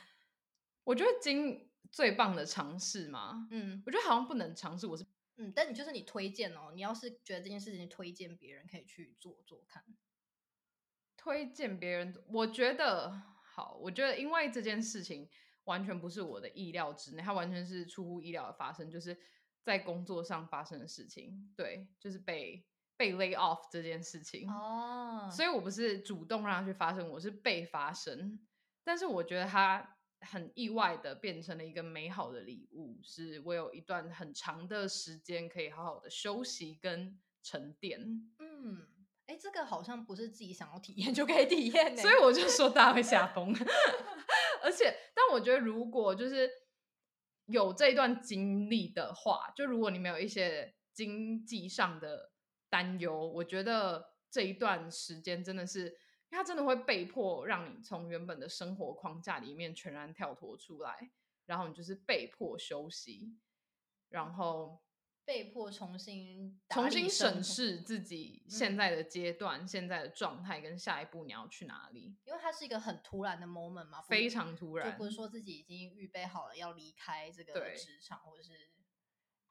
我觉得今最棒的尝试嘛，嗯我觉得好像不能尝试，我是嗯，但你就是你推荐哦，你要是觉得这件事情推荐别人可以去做做看。推荐别人，我觉得好，我觉得因为这件事情完全不是我的意料之内，它完全是出乎意料的发生，就是在工作上发生的事情，对，就是被被 lay off 这件事情。哦所以我不是主动让它去发生，我是被发生。但是我觉得它很意外的变成了一个美好的礼物，是我有一段很长的时间可以好好的休息跟沉淀。嗯，哎，这个好像不是自己想要体验就可以体验呢。所以我就说大家会吓 [LAUGHS] 疯。而且，但我觉得如果就是有这一段经历的话，就如果你没有一些经济上的担忧，我觉得这一段时间真的是，因为它真的会被迫让你从原本的生活框架里面全然跳脱出来，然后你就是被迫休息，然后被迫重新打重理新生活审，视自己现嗯在的阶段、现在的状态跟下一步你要去哪里。因为它是一个很突然的 moment 嘛，不非是常突就然不是说自己已经预备好了要离开这个对职场，或者是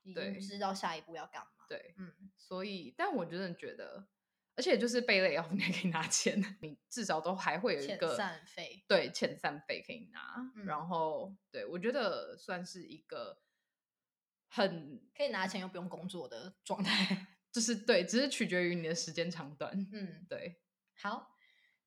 已对经知道下一步要干嘛。对，嗯，所以，但我真的觉得，而且就是贝类要 [LAUGHS] 你还可以拿钱，你至少都还会有一遣个散费对遣散费可以拿。嗯然后，对我觉得算是一个很可以拿钱又不用工作的状态。 [LAUGHS] 就是对，只是取决于你的时间长短。嗯，对，好，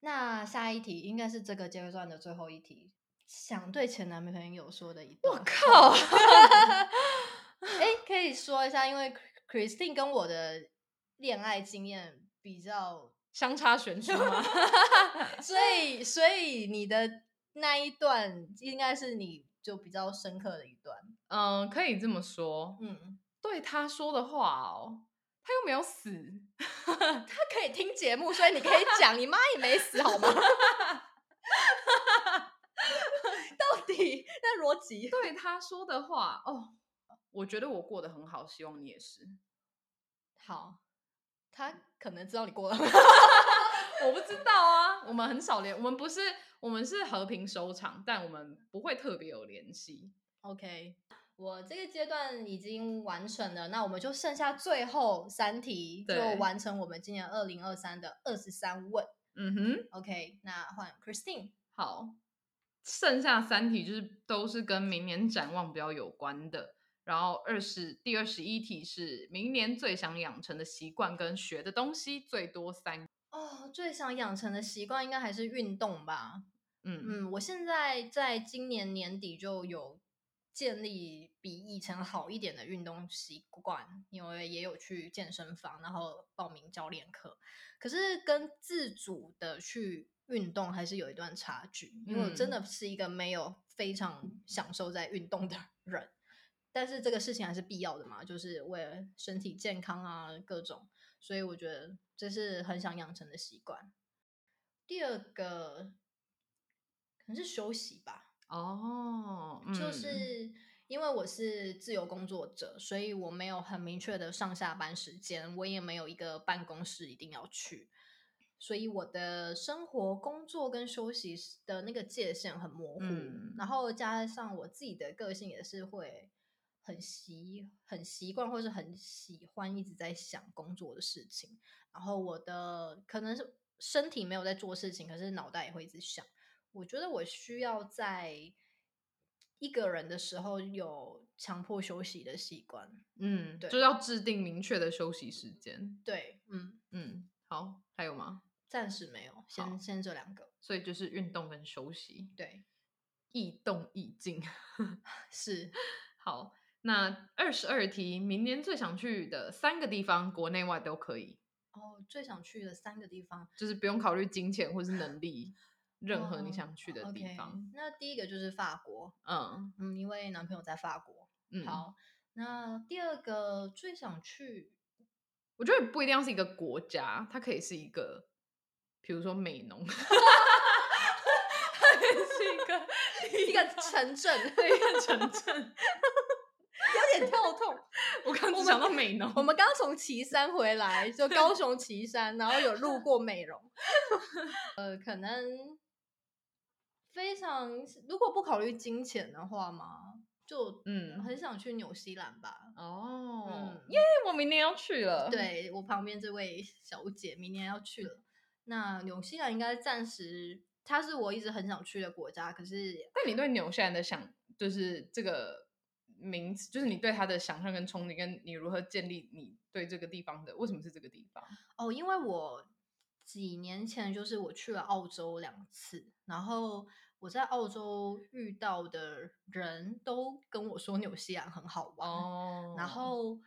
那下一题应该是这个阶段的最后一题，想对前男朋友说的一我段。靠， [LAUGHS] 哎，可以说一下，因为 Christine 跟我的恋爱经验比 [LAUGHS] 较，相差悬殊吗？ [LAUGHS] 所以所以你的那一段应该是你就比较深刻的一段。嗯，可以这么说。嗯，对他说的话哦，他又没有死，他可以听节目，所以你可以讲，你妈也没死好 [LAUGHS] 吗？到底那逻辑？对他说的话哦，我觉得我过得很好，希望你也是。好，他可能知道你过了。 [LAUGHS] 我不知道啊，我们很少联，我们不是我们是和平收场，但我们不会特别有联系。 OK，我这个阶段已经完成了，那我们就剩下最后三题，就对完成我们今年二零二三的二十三问。嗯哼， OK，那换 Christine。好，剩下三题就是都是跟明年展望比较有关的。然后二十第二十一题是明年最想养成的习惯跟学的东西最多三，哦，最想养成的习惯应该还是运动吧。嗯，嗯，我现在在今年年底就有建立比以前好一点的运动习惯，因为也有去健身房，然后报名教练课。可是跟自主的去运动还是有一段差距，因为我真嗯的是一个没有非常享受在运动的人。但是这个事情还是必要的嘛，就是为了身体健康啊，各种，所以我觉得这是很想养成的习惯。第二个可能是休息吧，哦，就嗯是因为我是自由工作者，所以我没有很明确的上下班时间，我也没有一个办公室一定要去，所以我的生活、工作跟休息是的那个界限很模糊。嗯然后加上我自己的个性也是会很习很习惯，或是很喜欢一直在想工作的事情。然后我的可能是身体没有在做事情，可是脑袋也会一直想。我觉得我需要在一个人的时候有强迫休息的习惯。嗯，对就是要制定明确的休息时间。对，嗯，嗯，好，还有吗？暂时没有，好先先这两个。所以就是运动跟休息，对，易动易静。是好，那二十二题，明年最想去的三个地方，国内外都可以，哦，最想去的三个地方，就是不用考虑金钱或是能力，任何你哦想去的地 OK，方。那第一个就是法国，嗯嗯，因为男朋友在法国。嗯，，好，那第二个最想去我觉得不一定要是一个国 [LAUGHS] 家，它可以是一个，比如说美浓。是一个 [LAUGHS] 一个城 [LAUGHS] 镇。对一个城镇， [LAUGHS] 有点跳痛。我刚只想到美浓， [LAUGHS] 我们刚从岐山回来，就高雄岐山，然后有路过美容， [LAUGHS] 呃，可能非常如果不考虑金钱的话嘛，就嗯很想去纽西兰吧。哦嗯，耶！我明年要去了。，对我旁边这位小姐明年要去了，那纽西兰应该暂时它是我一直很想去的国家，可是那你对纽西兰的想，就是这个名字，就是你对它的想象跟憧憬，跟你如何建立你对这个地方的，为什么是这个地方？哦，因为我几年前就是我去了澳洲两次，然后我在澳洲遇到的人都跟我说纽西兰很好玩，哦嗯然后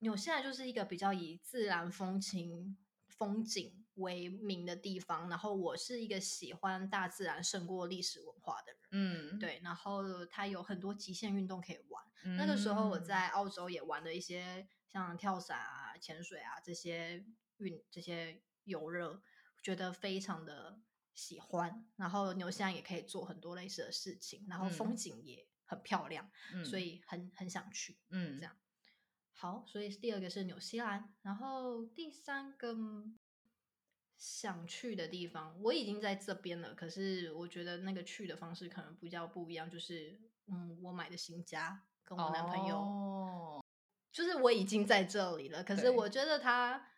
纽西兰就是一个比较以自然风情风景为名的地方，然后我是一个喜欢大自然胜过历史文化的人，嗯，对，然后它有很多极限运动可以玩。那个时候我嗯在澳洲也玩了一些像跳伞啊、潜水啊这些运这些游乐，觉得非常的喜欢。然后纽西兰也可以做很多类似的事情，然后风嗯景也很漂亮，嗯所以很很想去。嗯这样好，所以第二个是纽西兰，然后第三个嗯想去的地方，我已经在这边了，可是我觉得那个去的方式可能比较不一样，就是嗯，我买的新家跟我男朋友，哦就是我已经在这里了，可是对我觉得它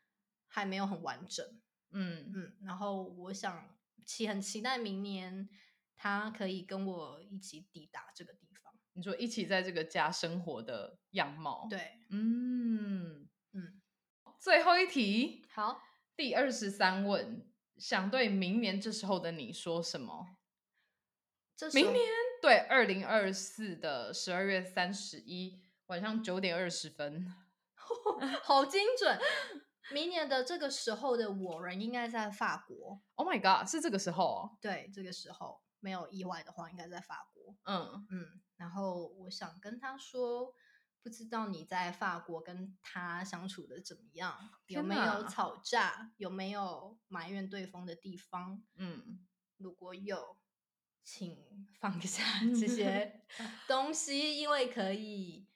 还没有很完整，嗯嗯，然后我想期很期待明年他可以跟我一起抵达这个地方，你说一起在这个家生活的样貌，，对，嗯嗯，最后一题，好，第二十三问，想对明年这时候的你说什么？这时明候年对二零二四的十二月三十一晚上九点二十分，好精准。明年的这个时候的我人应该在法国， ，Oh my god，是这个时候对，这个时候没有意外的话，应该在法国。哦，嗯嗯，然后我想跟他说，不知道你在法国跟他相处的怎么样，有天没有哪吵架，有没有埋怨对方的地方？嗯，如果有，请放下这些东西，因为可以。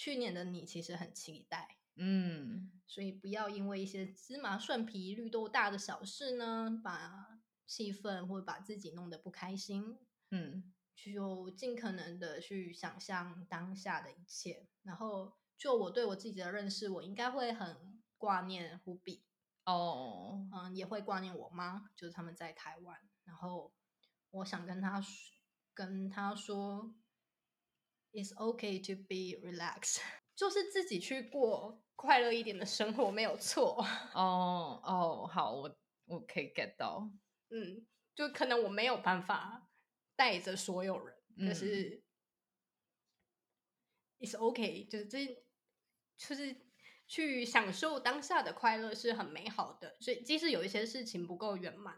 去年的你其实很期待，嗯，所以不要因为一些芝麻蒜皮、绿豆大的小事呢，把气氛或者把自己弄得不开心，嗯，就尽可能的去想象当下的一切。然后，就我对我自己的认识，我应该会很挂念胡比，哦，嗯，也会挂念我妈，就是他们在台湾。然后，我想跟他说跟他说，It's okay to be relaxed，就是 [LAUGHS] 自己去过快乐一点的生活，没有错。哦，哦，好，我我可以 get 到，嗯，就可能我没有办法带着所有人，可嗯是 it's okay，就是这就是去享受当下的快乐是很美好的，所以即使有一些事情不够圆满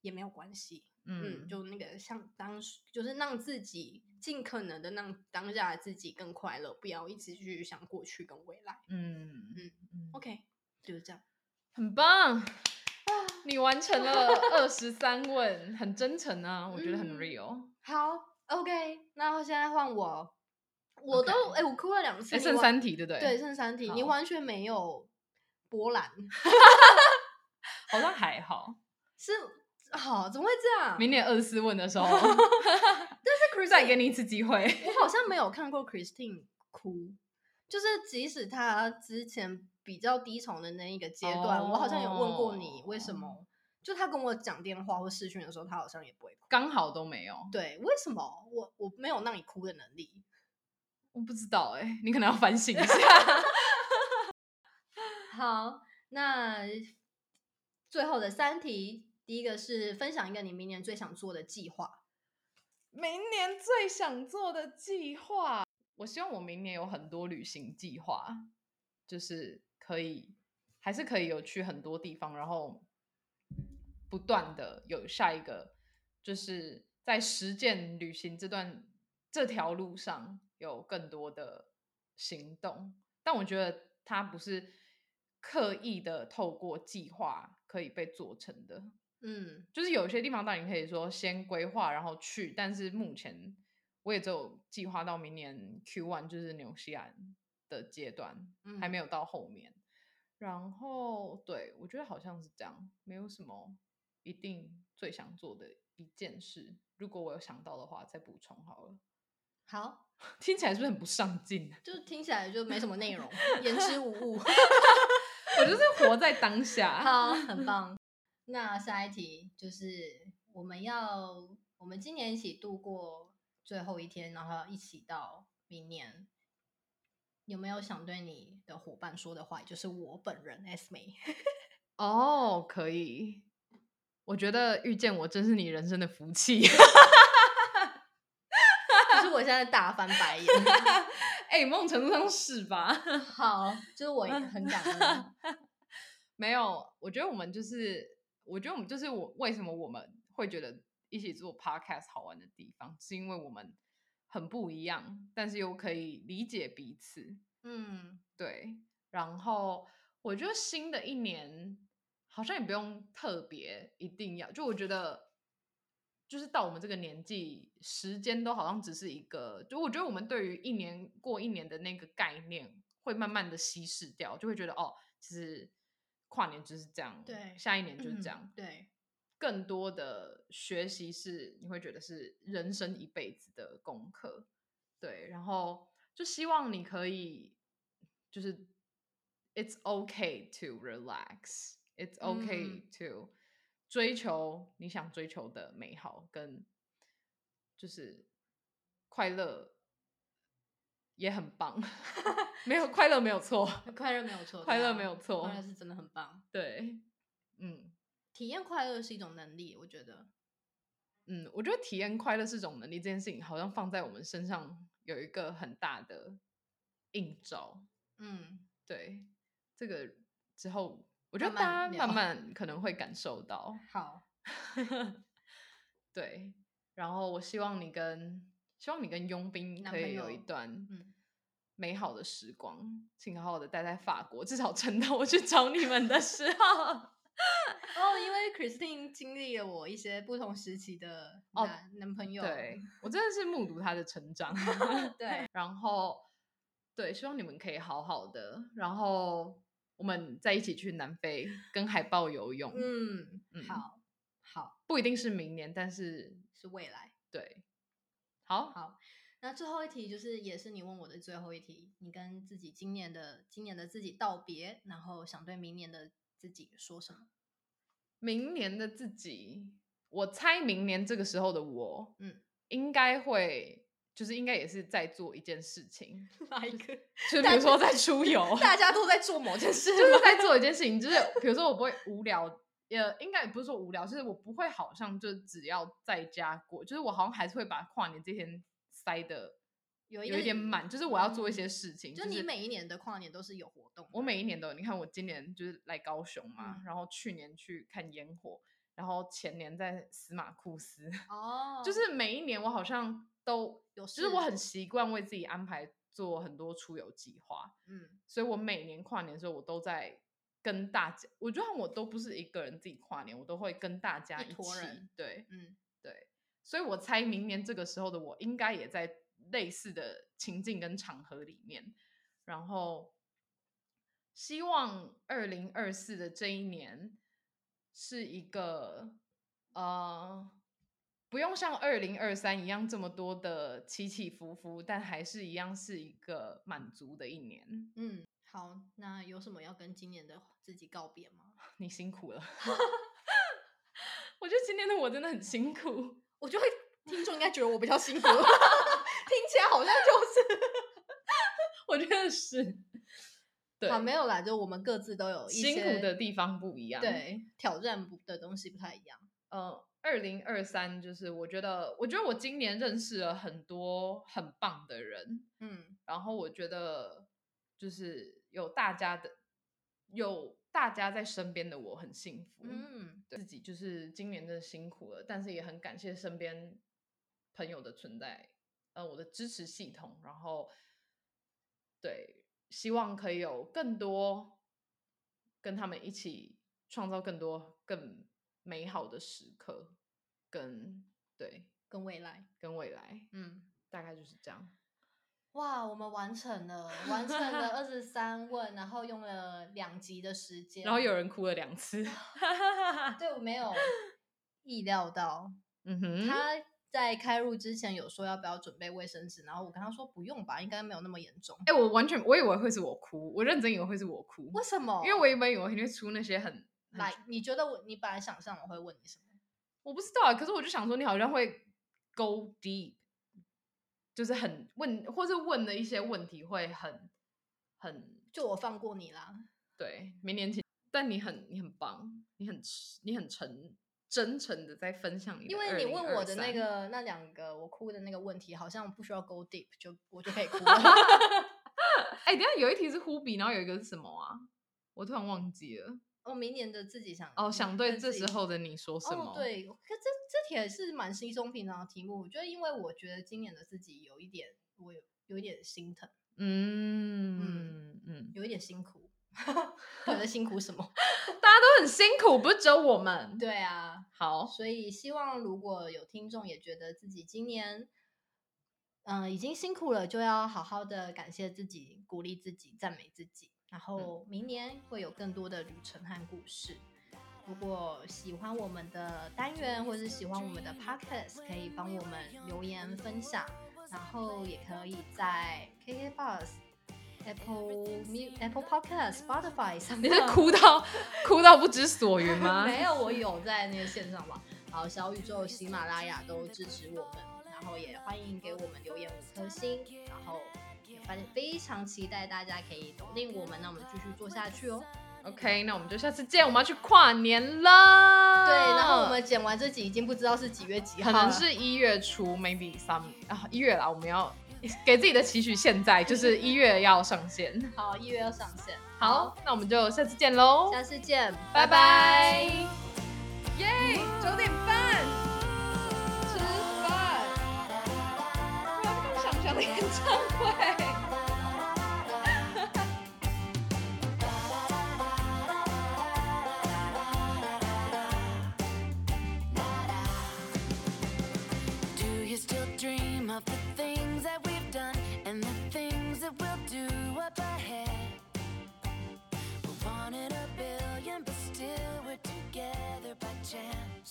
也没有关系。嗯，嗯，就那个像当时就是让自己尽可能的让当下的自己更快乐，不要一直去想过去跟未来。嗯嗯嗯 OK，就是这样。很棒，你完成了二十三问，很真诚啊，我觉得很嗯 real。好，OK，那现在换我，我都哎 OK 我哭了两次，哎、你剩完三题对不对？对，，剩三题，你好完全没有波澜，好像还好。是好、怎么会这样？明年二十四问的时 [LAUGHS] 候，但是 Christine，再给你一次机会。 [LAUGHS] 我好像没有看过 Christine 哭，就是即使她之前比较低潮的那一个阶段，我好像有问过你为什哦么，就她跟我讲电话或视讯的时候，她好像也不会哭。刚好都没有，对，为什么我我没有让你哭的能力？我不知道哎、你可能要反省一下。好，那最后的三题，第一个是分享一个你明年最想做的计划。 [LAUGHS] 明年最想做的计划，我希望我明年有很多旅行计划，就是可以还是可以有去很多地方，然后不断的有下一个，就是在实践旅行这段这条路上有更多的行动。但我觉得它不是刻意的透过计划可以被做成的，嗯，就是有些地方当然你可以说先规划然后去，但是目前我也只有计划到明年 Q one，就是纽西兰的阶段，还没嗯有到后面。然后对我觉得好像是这样，没有什么一定最想做的一件事。如果我有想到的话，再补充好了。好，听起来是不是很不上进？啊就听起来就没什么内容，言之无 [LAUGHS] 物。我就是活在当下。好，很棒。那下一题就是我们要，我们今年一起度过最后一天，然后要一起到明年。有没有想对你的伙伴说的话，也就是我本人 S 美？哦，可以。我觉得遇见我真是你人生的福 [LAUGHS] 气。 [LAUGHS] 就是我现在大翻 [LAUGHS] 白眼。哎、某种程度上是吧？好，就是我也很感恩。没有，我觉得我们就是，我觉得我们就是我为什么我们会觉得一起做 podcast 好玩的地方，是因为我们很不一样，但是又可以理解彼此。嗯，对，然后我觉得新的一年好像也不用特别一定要，就我觉得就是到我们这个年纪，时间都好像只是一个，就我觉得我们对于一年过一年的那个概念会慢慢的稀释掉，就会觉得哦，其实跨年就是这样，对下一年就是嗯这样，对，更多的学习是你会觉得是人生一辈子的功课，对，然后就希望你可以就是 it's okay to relax, it's okay 嗯 to 追求你想追求的美好跟就是快乐也很棒， [LAUGHS] 没有快乐没有错，快乐没 [LAUGHS] 有错，快对乐啊没有错快乐是真的很棒。对，嗯。体验快乐是一种能力，我觉得。嗯，我觉得体验快乐是种能力这件事情，好像放在我们身上有一个很大的映照。嗯，对，这个之后，我觉得慢大慢家慢聊慢可能会感受到。好，对，然后我希望你跟希望你跟佣兵男可朋以有一友段嗯美好的时光，请好好的待在法国，至少撑到我去找你们的时 [LAUGHS] 候。哦，因为 Christine 经历了我一些不同时期的哦男、男朋友，对我真的是目睹他的成长。 [LAUGHS] 对，然后对，希望你们可以好好的，然后我们再一起去南非跟海豹游泳，嗯，嗯好好不一定是明年，但是是未来。对，好，好，那最后一题就是也是你问我的最后一题，你跟自己今年的今年的自己道别，然后想对明年的自己说什 [LAUGHS] 么？明年的自己，我猜明年这个时候的我，嗯，应该会就是应该也是在做一件事情，哪一个？就比但如是说在出游， [LAUGHS] 大家都在做某件事 [LAUGHS] 就是吗？在做一件事情，就是比如说我不会无聊，呃，应该也不是说无聊，就是我不会好像就只要在家过，就是我好像还是会把跨年这天塞的有一有个一点满，就是我要做一些事情。就是你每一年的跨年都是有活动的，我每一年都有，你看我今年就是来高雄嗯嘛，然后去年去看烟火，然后前年在司马库斯，哦，就是每一年我好像都，有其事，实我很习惯为自己安排做很多出游计划，嗯所以我每年跨年的时候，我都在跟大家，我就算我都不是一个人自己跨年，我都会跟大家一一坨起。人对嗯对，所以我猜明年这个时候的我，应该也在类似的情境跟场合里面。然后，希望二零二四的这一年是一个呃。不用像二零二三一样这么多的起起伏伏，但还是一样是一个满足的一年。嗯，好，那有什么要跟今年的自己告别吗？你辛苦了。 [LAUGHS] 我觉得今天的我真的很辛苦，我就会听众应该觉得我比较 [LAUGHS] 辛苦，听起来好像就是我觉得是，对，啊，没有啦，就我们各自都有一辛些苦的地方不一样。，对挑战不的东西不太一样。呃，二零二三就是我觉得，我觉得我今年认识了很多很棒的人，嗯然后我觉得就是有大家的，有大家在身边的我很幸福。嗯，自己就是今年真的辛苦了，但是也很感谢身边朋友的存在，呃，我的支持系统，然后对，希望可以有更多跟他们一起创造更多更美好的时刻，跟对跟未来，跟未来，嗯，大概就是这样。哇，我们完成了，完成了二十三问，然后用了两集的时间，然后有人哭了两 [LAUGHS] 次，对我没有意料到，嗯哼，他在开录之前有说要不要准备卫生纸，然后我跟他说不用吧，应该没有那么严重。哎、我完全我以为会是我哭，我认真以为会是我哭，为什么？因为我原本以为会出那些很来，你觉得我你本来想象我会问你什么？我不知道啊，可是我就想说，你好像会 go deep，就是很问，或是问的一些问题会很很就我放过你啦。对。明年请，但你很你很棒，你很你很诚真诚的在分享你的2023。因为你问我的那个那两个我哭的那个问题，好像不需要 go deep 就我就可以哭 [LAUGHS] 了。[LAUGHS] 哎、等一下有一题是忽比，然后有一个是什么啊？我突然忘记了。我明年的自己想哦，想对跟这自己时候的你说什么？哦、，对，可这这题也是蛮稀松平常的题目，就因为我觉得今年的自己有一点，我有有一点心疼，嗯嗯嗯，有一点辛苦， [LAUGHS] 可能辛苦什么？ [LAUGHS] 大家都很辛苦，不是只有我们。对啊，好，所以希望如果有听众也觉得自己今年，嗯、已经辛苦了，就要好好的感谢自己，鼓励自己，赞美自己，嗯然后明年会有更多的旅程和故事。如果喜欢我们的单元或是喜欢我们的 podcast，可以帮我们留言分享，然后也可以在 KK Bus、Apple Mu- Apple Podcast、Spotify 上你面。是哭到哭到不知所 [LAUGHS] 云吗？啊没有，我有在那个线上吧。好，小宇宙、喜马拉雅都支持我们，然后也欢迎给我们留言五颗星，然后也发现非常期待大家可以懂定我们，那我们继续做下去哦。 OK，那我们就下次见。我们要去跨年了。对，然后我们啊剪完这集已经不知道是几月几号可了，能是一月初，maybe some 啊一月啦。我们要给自己的期许，现在就是一月要上线。好一月要上线。好，，那我们就下次见喽，下次见，拜拜拜拜。。耶，九点半吃饭，我要去看想想的演唱会。 Do you still dream of the things that we've done and the things that we'll do up ahead? We wanted a billion, but still we're together by chance.